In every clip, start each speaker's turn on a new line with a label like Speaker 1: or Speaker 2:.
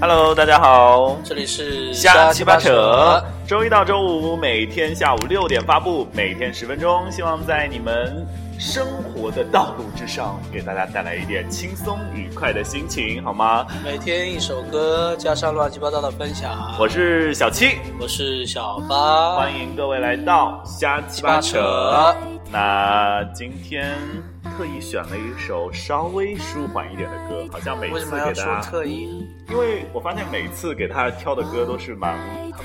Speaker 1: Hello，大家好，
Speaker 2: 这里是
Speaker 1: 瞎七八扯
Speaker 2: 扯，。
Speaker 1: 周一到周五每天下午六点发布，每天十分钟，希望在你们生活的道路之上，给大家带来一点轻松愉快的心情，好吗？
Speaker 2: 每天一首歌，加上乱七八糟的分享。
Speaker 1: 我是小七，
Speaker 2: 我是小八，
Speaker 1: 欢迎各位来到瞎七八扯。那今天特意选了一首稍微舒缓一点的歌，好像每
Speaker 2: 为
Speaker 1: 次
Speaker 2: 什么
Speaker 1: 给
Speaker 2: 要
Speaker 1: 大
Speaker 2: 说
Speaker 1: 家
Speaker 2: 特意？
Speaker 1: 因为我发现每次给他挑的歌都是蛮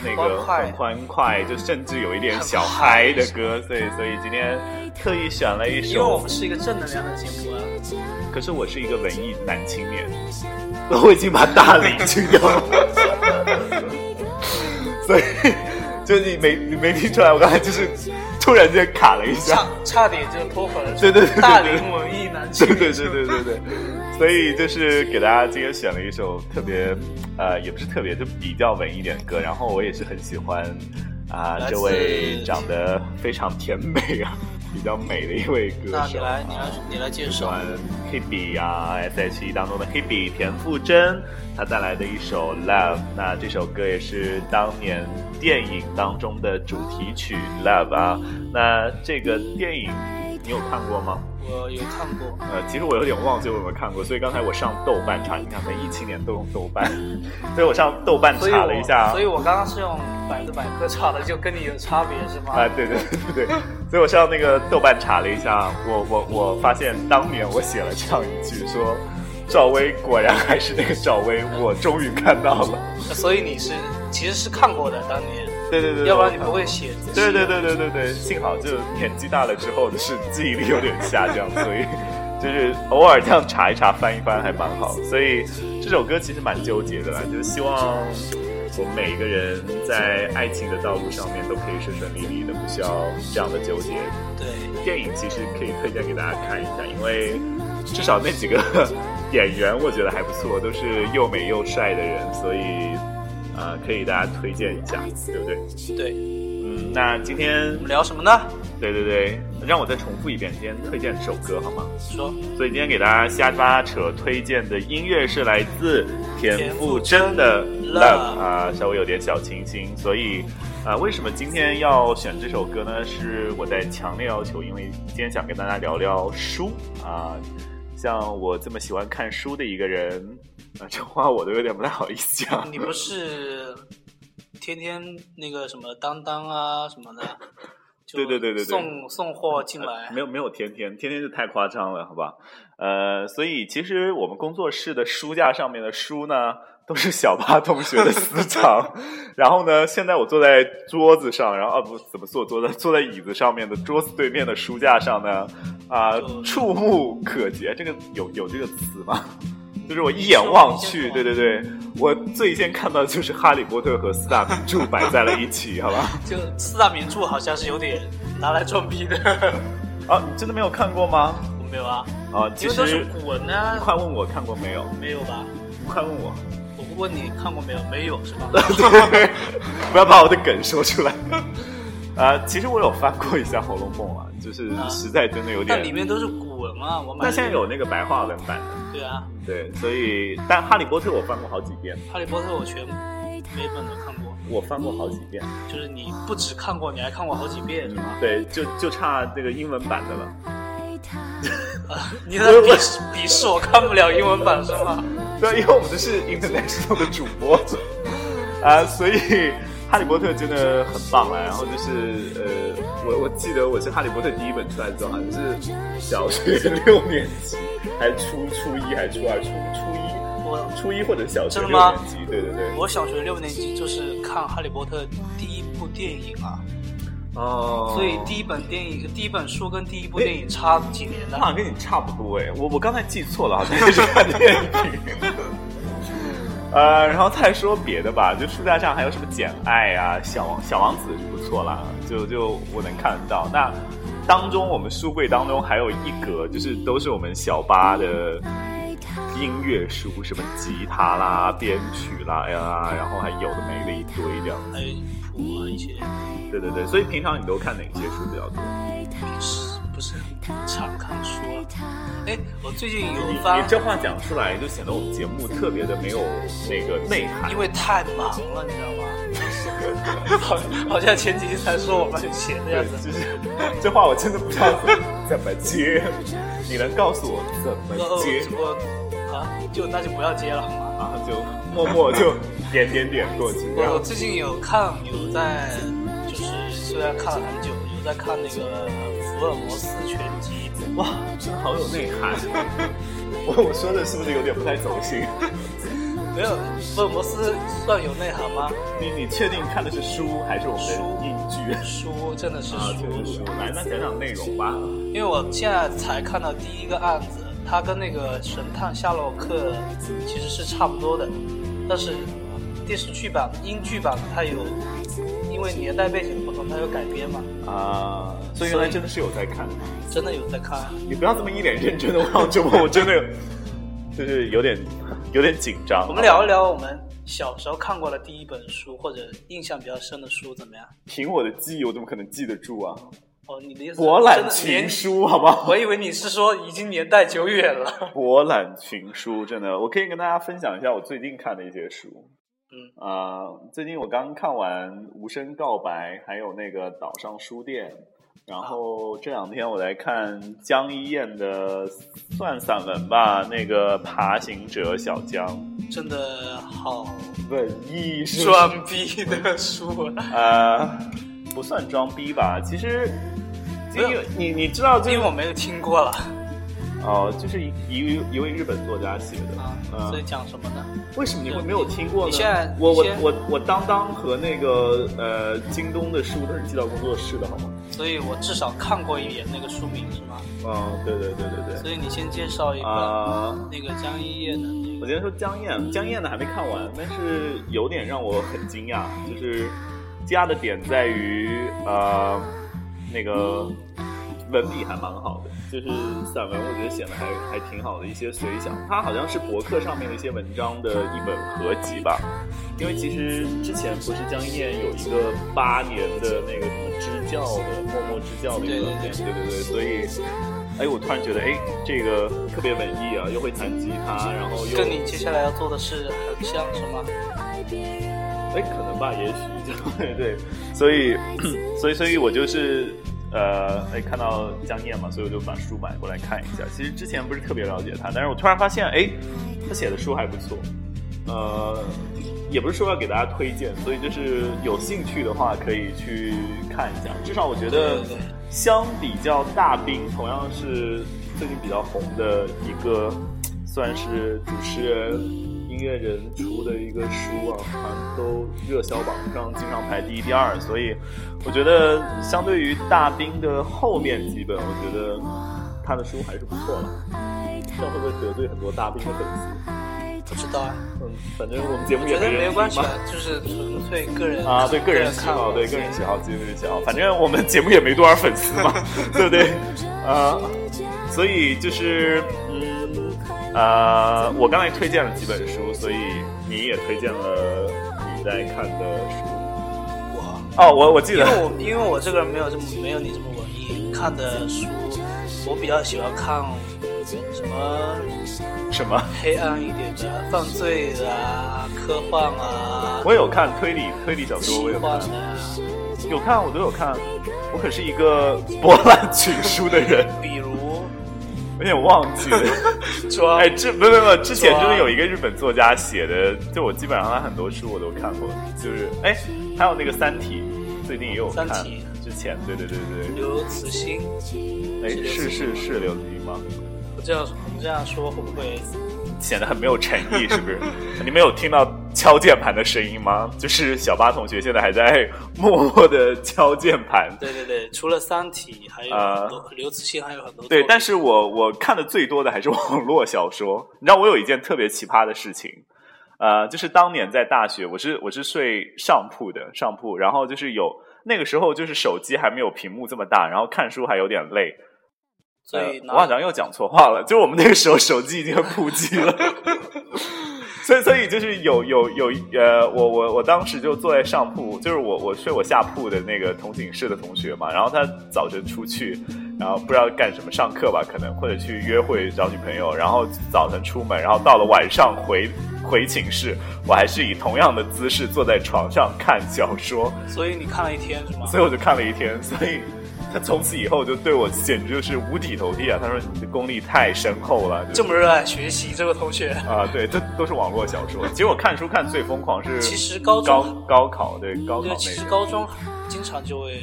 Speaker 1: 那个
Speaker 2: 欢快
Speaker 1: 很欢快，就甚至有一点小嗨的歌，所以所以今天特意选了一
Speaker 2: 因为我
Speaker 1: 首
Speaker 2: 们。是一个正能量的节目啊。
Speaker 1: 可是我是一个文艺男青年，我已经把大理去掉了， 所以就你没你没听出来，我刚才就是突然间卡了一下
Speaker 2: 差。差点就脱粉了，
Speaker 1: 对对对对
Speaker 2: 大龄文艺男青
Speaker 1: 对
Speaker 2: 年，
Speaker 1: 对对 对对对，所以就是给大家今天选了一首特别，呃，也不是特别，就比较文一点的歌。然后我也是很喜欢啊、
Speaker 2: 来自
Speaker 1: 这位长得非常甜美啊， 比较美的一位歌
Speaker 2: 那你
Speaker 1: 手，
Speaker 2: 来，你来，你来介
Speaker 1: 喜
Speaker 2: 绍
Speaker 1: 欢。Hebe 啊，S.H.E 当中的 Hebe 田馥甄，她带来的一首《Love》，那这首歌也是当年电影当中的主题曲《Love》啊。那这个电影你有看过吗？
Speaker 2: 我有看过，
Speaker 1: 呃，其实我有点忘记我有没有看过，所以刚才我上豆瓣查，你看每一七年都用豆瓣，所以我上豆瓣
Speaker 2: 所以
Speaker 1: 查了一
Speaker 2: 我
Speaker 1: 下，
Speaker 2: 所以我刚刚是用百度百科查的，就跟你有差别是吗？
Speaker 1: 啊，对对对对，所以我上那个豆瓣查了一下，我我我发现当年我写了这样一句说，赵薇果然还是那个赵薇，我终于看到了，
Speaker 2: 所以你是其实是看过的，当年，
Speaker 1: 对对对，
Speaker 2: 要不然你不会写。
Speaker 1: 对对对对对对，幸好就年纪大了之后，就是记忆力有点下降，所以 就是偶尔这样查一查、翻一翻还蛮好。所以这首歌其实蛮纠结的啦，就是希望我们每一个人在爱情的道路上面都可以顺顺利利的，不需要这样的纠结。
Speaker 2: 对。
Speaker 1: 电影其实可以推荐给大家看一下，因为至少那几个 演员我觉得还不错，都是又美又帅的人，所以呃可以大家推荐一下，对不对？
Speaker 2: 对，
Speaker 1: 嗯，那今天
Speaker 2: 我们聊什么呢？
Speaker 1: 对对对，让我再重复一遍今天推荐这首歌好吗？
Speaker 2: 说
Speaker 1: 所以今天给大家瞎八扯推荐的音乐是来自田馥甄的《
Speaker 2: Love
Speaker 1: Love》啊，稍微有点小清新，所以。啊，为什么今天要选这首歌呢？是我在强烈要求，因为今天想跟大家聊聊书啊。像我这么喜欢看书的一个人，啊，这话我都有点不太好意思讲。
Speaker 2: 你不是天天那个什么当当啊什么的，就
Speaker 1: 对对对对对
Speaker 2: 送送货进来，
Speaker 1: 没有没有天天，天天就太夸张了，好吧？呃，所以其实我们工作室的书架上面的书呢，都是小巴同学的私藏。 然后呢，现在我坐在桌子上，然后啊不怎么坐，坐在坐在椅子上面的桌子对面的书架上呢，啊、
Speaker 2: 就
Speaker 1: 触目可及，这个有有这个词吗？ 就是我一眼望去，对对对，我最先看到的就是《哈利波特》和四大名著 摆在了一起，好吧？
Speaker 2: 就四大名著好像是有点拿来装逼的，
Speaker 1: 啊，你真的没有看过吗？
Speaker 2: 我没有啊，
Speaker 1: 啊，
Speaker 2: 因
Speaker 1: 其
Speaker 2: 为都
Speaker 1: 实
Speaker 2: 是古文呢、
Speaker 1: 你快问我看过没有？
Speaker 2: 没有吧？
Speaker 1: 你快问我，
Speaker 2: 我问你看过没有？没有是吧？
Speaker 1: 对， 不要把我的梗说出 来。啊，其实我有翻过一下《红楼梦》啊，就是
Speaker 2: 啊
Speaker 1: 实在真的有
Speaker 2: 但里
Speaker 1: 点。
Speaker 2: 面都是古文嘛，我买
Speaker 1: 那现在有那个白话文版的，
Speaker 2: 对啊，
Speaker 1: 对，所以但《哈利波特》我翻过好几遍，
Speaker 2: 《哈利波特》我全每本都看过，
Speaker 1: 我翻过好几遍，
Speaker 2: 就是你不只看过，你还看过好几遍是吗？
Speaker 1: 对，就就差这个英文版的了。
Speaker 2: 你在鄙视鄙视我看不了英文版是吗？
Speaker 1: 对，因为我们都是 international 的主播啊，所以《哈利波特》真的很棒啊啦。然后就是呃，我我记得我是《哈利波特》第一本出来之后，好像是小学六年级，还初初一还初二初初
Speaker 2: 我
Speaker 1: 一初一或者小学
Speaker 2: 真
Speaker 1: 六
Speaker 2: 的吗
Speaker 1: 年级，对对对。
Speaker 2: 我小学六年级就是看《哈利波特》第一部电影啊，
Speaker 1: 哦
Speaker 2: 所以第一本电影、第一本书跟第一部电影差几年
Speaker 1: 好
Speaker 2: 呢？
Speaker 1: 像跟你差不多哎，我我刚才记错了，好像也是看电影。 呃，然后再说别的吧，就书架上还有什么《简爱》啊，《小王小王子》是不错啦，就就我能看得到。那当中我们书柜当中还有一格，就是都是我们小八的音乐书，什么吉他啦、编曲啦，哎呀，然后还有的没的一堆这样。
Speaker 2: 还有谱啊一些，
Speaker 1: 对对对，所以平常你都看哪些书比较多？
Speaker 2: 平时不是很常看书啊。哎，哎，我最近
Speaker 1: 你
Speaker 2: 有发
Speaker 1: 你，这话讲出来，就显得我们节目特别的没有那个内涵。
Speaker 2: 因为太忙了，你知道吗？好，好像前几天才说我们很闲的样
Speaker 1: 对，
Speaker 2: 子。
Speaker 1: 就是这话我真的不知道怎么怎么接。你能告诉我怎
Speaker 2: 哦
Speaker 1: 么接？
Speaker 2: 我啊，就那就不要接了好吗？
Speaker 1: 然后就默默就点点点过去，然
Speaker 2: 我
Speaker 1: 后
Speaker 2: 我最近有看，有在，就是虽然看了很久，有在看那个福尔摩斯全集。
Speaker 1: 哇，真好有内涵。 我我说的是不是有点不太走心？
Speaker 2: 没有，福尔摩斯算有内涵吗？
Speaker 1: 你你确定看的是书还是我们的影剧？
Speaker 2: 书真的是
Speaker 1: 啊，确实是书。来，那讲讲内容吧。
Speaker 2: 因为我现在才看到第一个案子，它跟那个神探夏洛克其实是差不多的，但是电视剧版、英剧版它有，因为年代背景不同，它有改编嘛，
Speaker 1: 啊，所以原来真的是有在看。
Speaker 2: 真的有在看。
Speaker 1: 你不要这么一脸认真的望着我，我真的 就是有点有点紧张。啊
Speaker 2: 我们聊一聊我们小时候看过的第一本书，或者印象比较深的书怎么样？
Speaker 1: 凭我的记忆，我怎么可能记得住啊？
Speaker 2: 哦，你的意思是
Speaker 1: 博览
Speaker 2: 真的
Speaker 1: 群
Speaker 2: 年？
Speaker 1: 书，好不好？
Speaker 2: 我以为你是说已经年代久远了。
Speaker 1: 博览群书，真的，我可以跟大家分享一下我最近看的一些书。
Speaker 2: 嗯
Speaker 1: 啊、最近我刚看完《无声告白》，还有那个《岛上书店》，然后这两天我来看江一燕的算散文吧，那个《爬行者小江》，
Speaker 2: 真的好
Speaker 1: 文艺是吧？
Speaker 2: 装逼的书啊。
Speaker 1: 呃，不算装逼吧，其实，因
Speaker 2: 没有
Speaker 1: 为你你知道这
Speaker 2: 因为
Speaker 1: 个
Speaker 2: 我没有听过了
Speaker 1: 哦，就是一一位一位日本作家写的
Speaker 2: 啊，
Speaker 1: 嗯
Speaker 2: 所以讲什么呢？
Speaker 1: 为什么你会没有听过呢？
Speaker 2: 你现在
Speaker 1: 我我
Speaker 2: 你先
Speaker 1: 我我当当和那个呃京东的书都是寄到工作室的，好吗？
Speaker 2: 所以我至少看过一眼那个书名是吗？
Speaker 1: 嗯，对对对对
Speaker 2: 所以你先介绍一
Speaker 1: 对。
Speaker 2: 个、
Speaker 1: 啊、
Speaker 2: 那个江一燕的那
Speaker 1: 我今
Speaker 2: 个，
Speaker 1: 天说江燕，江燕的还没看完，但是有点让我很惊讶，就是惊讶的点在于呃那个文笔还蛮好的，就是散文我觉得写的还还挺好的，一些随想，它好像是博客上面的一些文章的一本合集吧。因为其实之前不是江燕有一个八年的那个什么支教的默默支教的一个
Speaker 2: 对对
Speaker 1: 对
Speaker 2: 对
Speaker 1: 对对，所以，哎，我突然觉得，哎，这个特别文艺啊，又会弹吉他，然后又
Speaker 2: 跟你接下来要做的事很像是吗？
Speaker 1: 哎，可能吧，也许 就对对，所以所以所以我就是呃，哎，看到江燕嘛，所以我就把书买过来看一下。其实之前不是特别了解她，但是我突然发现，哎，她写的书还不错。呃，也不是说要给大家推荐，所以就是有兴趣的话可以去看一下。至少我觉得
Speaker 2: 对对对，
Speaker 1: 相比较大兵，同样是最近比较红的一个，嗯算是主持人、音乐人出的一个书啊，好像都热销榜上经常排第一、第二。所以我觉得，相对于大兵的后面几本，我觉得他的书还是不错了。这样会不会得罪很多大兵的粉丝？
Speaker 2: 不知道啊，
Speaker 1: 嗯，反正我们节目
Speaker 2: 我
Speaker 1: 也
Speaker 2: 觉得
Speaker 1: 没人
Speaker 2: 没
Speaker 1: 听
Speaker 2: 关系
Speaker 1: 嘛
Speaker 2: 啊，就是纯粹个人
Speaker 1: 啊，对个人喜
Speaker 2: 看
Speaker 1: 好，
Speaker 2: 法
Speaker 1: 对个人喜好，基本是喜好。反正我们节目也没多少粉丝 嘛，对不对？啊，所以就是，嗯，呃，我刚才推荐了几本书，所以你也推荐了你在看的书。
Speaker 2: 我。
Speaker 1: 哦，我我记
Speaker 2: 因为
Speaker 1: 得，
Speaker 2: 我因为我这个人没有这么没有你这么文艺，看的书我比较喜欢看什么
Speaker 1: 什么？
Speaker 2: 黑暗一点的、犯罪的啊、科幻啊、
Speaker 1: 我有看推理推理小说，
Speaker 2: 奇
Speaker 1: 我有
Speaker 2: 幻
Speaker 1: 看，
Speaker 2: 的啊，
Speaker 1: 有看我都有看。我可是一个博览群书的人，
Speaker 2: 比如
Speaker 1: 有点忘记了。
Speaker 2: 装
Speaker 1: 哎，这没没没，之前真的有一个日本作家写的，就我基本上他很多书我都看过，就是哎，还有那个《三体》，最近也有看。
Speaker 2: 三体
Speaker 1: 之前对对对对
Speaker 2: 刘慈欣，
Speaker 1: 对，哎，是是是刘慈欣吗？
Speaker 2: 我这样我这样说会不会？
Speaker 1: 显得很没有诚意，是不 是？你们有听到敲键盘的声音吗？就是小八同学现在还在默默的敲键盘。
Speaker 2: 对对对，除了《三体》，还有
Speaker 1: 呃
Speaker 2: 很多、刘慈欣，还有很多
Speaker 1: 对，
Speaker 2: 作品
Speaker 1: 但是我我看的最多的还是 网络小说。你知道我有一件特别奇葩的事情，呃，就是当年在大学，我是我是睡上铺的上铺，然后就是有那个时候就是手机还没有屏幕这么大，然后看书还有点累。
Speaker 2: 最
Speaker 1: 呃我好像又讲错话了，就是我们那个时候手机已经很普及了。所以，所以就是有有有呃，我我我当时就坐在上铺，就是我我睡我下铺的那个同寝室的同学嘛，然后他早晨出去，然后不知道干什么，上课吧，可能或者去约会找女朋友，然后早晨出门，然后到了晚上回回寝室，我还是以同样的姿势坐在床上看小说，
Speaker 2: 所以你看了一天是吗？
Speaker 1: 所以我就看了一天，所以他从此以后就对我简直就是五体投地啊！他说你的功力太深厚了，就是
Speaker 2: 这么热爱学习，这个同 学。
Speaker 1: 啊，对，这都是网络小说。其实我看书看最疯狂是
Speaker 2: 其实高
Speaker 1: 高
Speaker 2: 中
Speaker 1: 高考对高考
Speaker 2: 对，其实
Speaker 1: 那个，
Speaker 2: 高中经常就会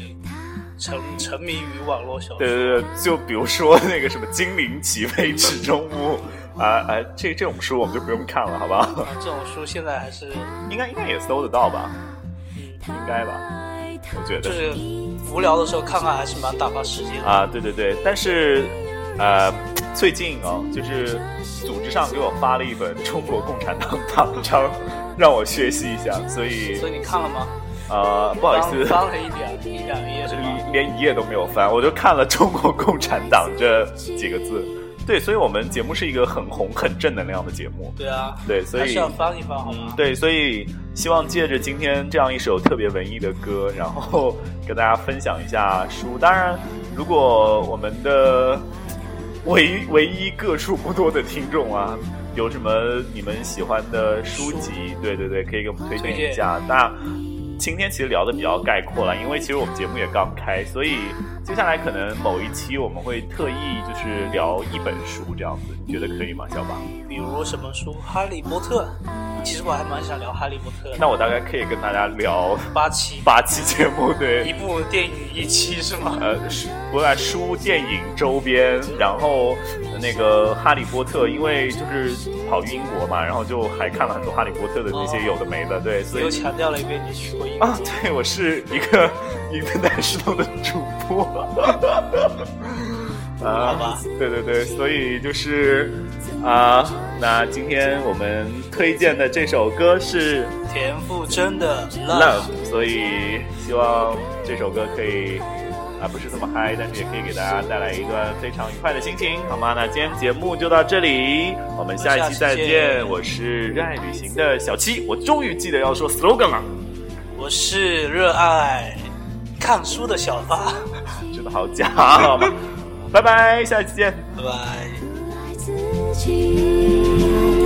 Speaker 2: 沉沉迷于网络小说。
Speaker 1: 对对对，就比如说那个什么《精灵奇飞池中物》啊啊，这这种书我们就不用看了，好不好？
Speaker 2: 这种书现在还是，
Speaker 1: 应该应该也搜得到吧？
Speaker 2: 嗯，
Speaker 1: 应该吧？我觉
Speaker 2: 就
Speaker 1: 得
Speaker 2: 是无聊的时候看看还是蛮打发时间的。
Speaker 1: 啊，对对对，但是呃，最近哦，就是组织上给我发了一本《中国共产党党章》，让我学习一下，所以
Speaker 2: 所以你看了吗？
Speaker 1: 呃，不好意思，嗯
Speaker 2: 翻翻了一两一两页是吗？
Speaker 1: 连一页都没有翻，我就看了“中国共产党”这几个字。对，所以我们节目是一个很红、很正能量的节目。
Speaker 2: 对啊，
Speaker 1: 对，所
Speaker 2: 还是
Speaker 1: 以
Speaker 2: 要翻一翻好吗？
Speaker 1: 对，所以希望借着今天这样一首特别文艺的歌，然后跟大家分享一下书。当然，如果我们的唯唯一个数不多的听众啊，有什么你们喜欢的书籍，对对对，可以给我们推荐一下。那今天其实聊的比较概括了，因为其实我们节目也刚开，所以接下来可能某一期我们会特意就是聊一本书这样子，你觉得可以吗，小宝？
Speaker 2: 比如什么书，《哈利波特》。其实我还蛮想聊《哈利波特》的。
Speaker 1: 那我大概可以跟大家聊
Speaker 2: 八七
Speaker 1: 八期节目，对
Speaker 2: 一，部电影一期是吗？
Speaker 1: 呃，书不来书、电影周边，然后呃那个《哈利波特》，因为就是跑去英国嘛，然后就还看了很多《哈利波特》的那些
Speaker 2: 哦
Speaker 1: 有的没的， 对，所
Speaker 2: 你
Speaker 1: 以
Speaker 2: 又强调了一遍你去过英 国。
Speaker 1: 啊，对我是一个一个男士通的主播， 啊
Speaker 2: 好吧，
Speaker 1: 对对对，所以就是啊，那今天我们推荐的这首歌是
Speaker 2: 田馥甄的《Love》
Speaker 1: Love，所以希望这首歌可以啊不是这么嗨，但是也可以给大家带来一段非常愉快的心情，好吗？那今天节目就到这里，我们下一期再
Speaker 2: 下期
Speaker 1: 见。
Speaker 2: 见
Speaker 1: 我是热爱旅行的小七，我终于记得要说 slogan 了，
Speaker 2: 我是热爱看书的小八，
Speaker 1: 真的好假，好 吗？拜拜，下期见。
Speaker 2: 拜拜。
Speaker 3: 自己。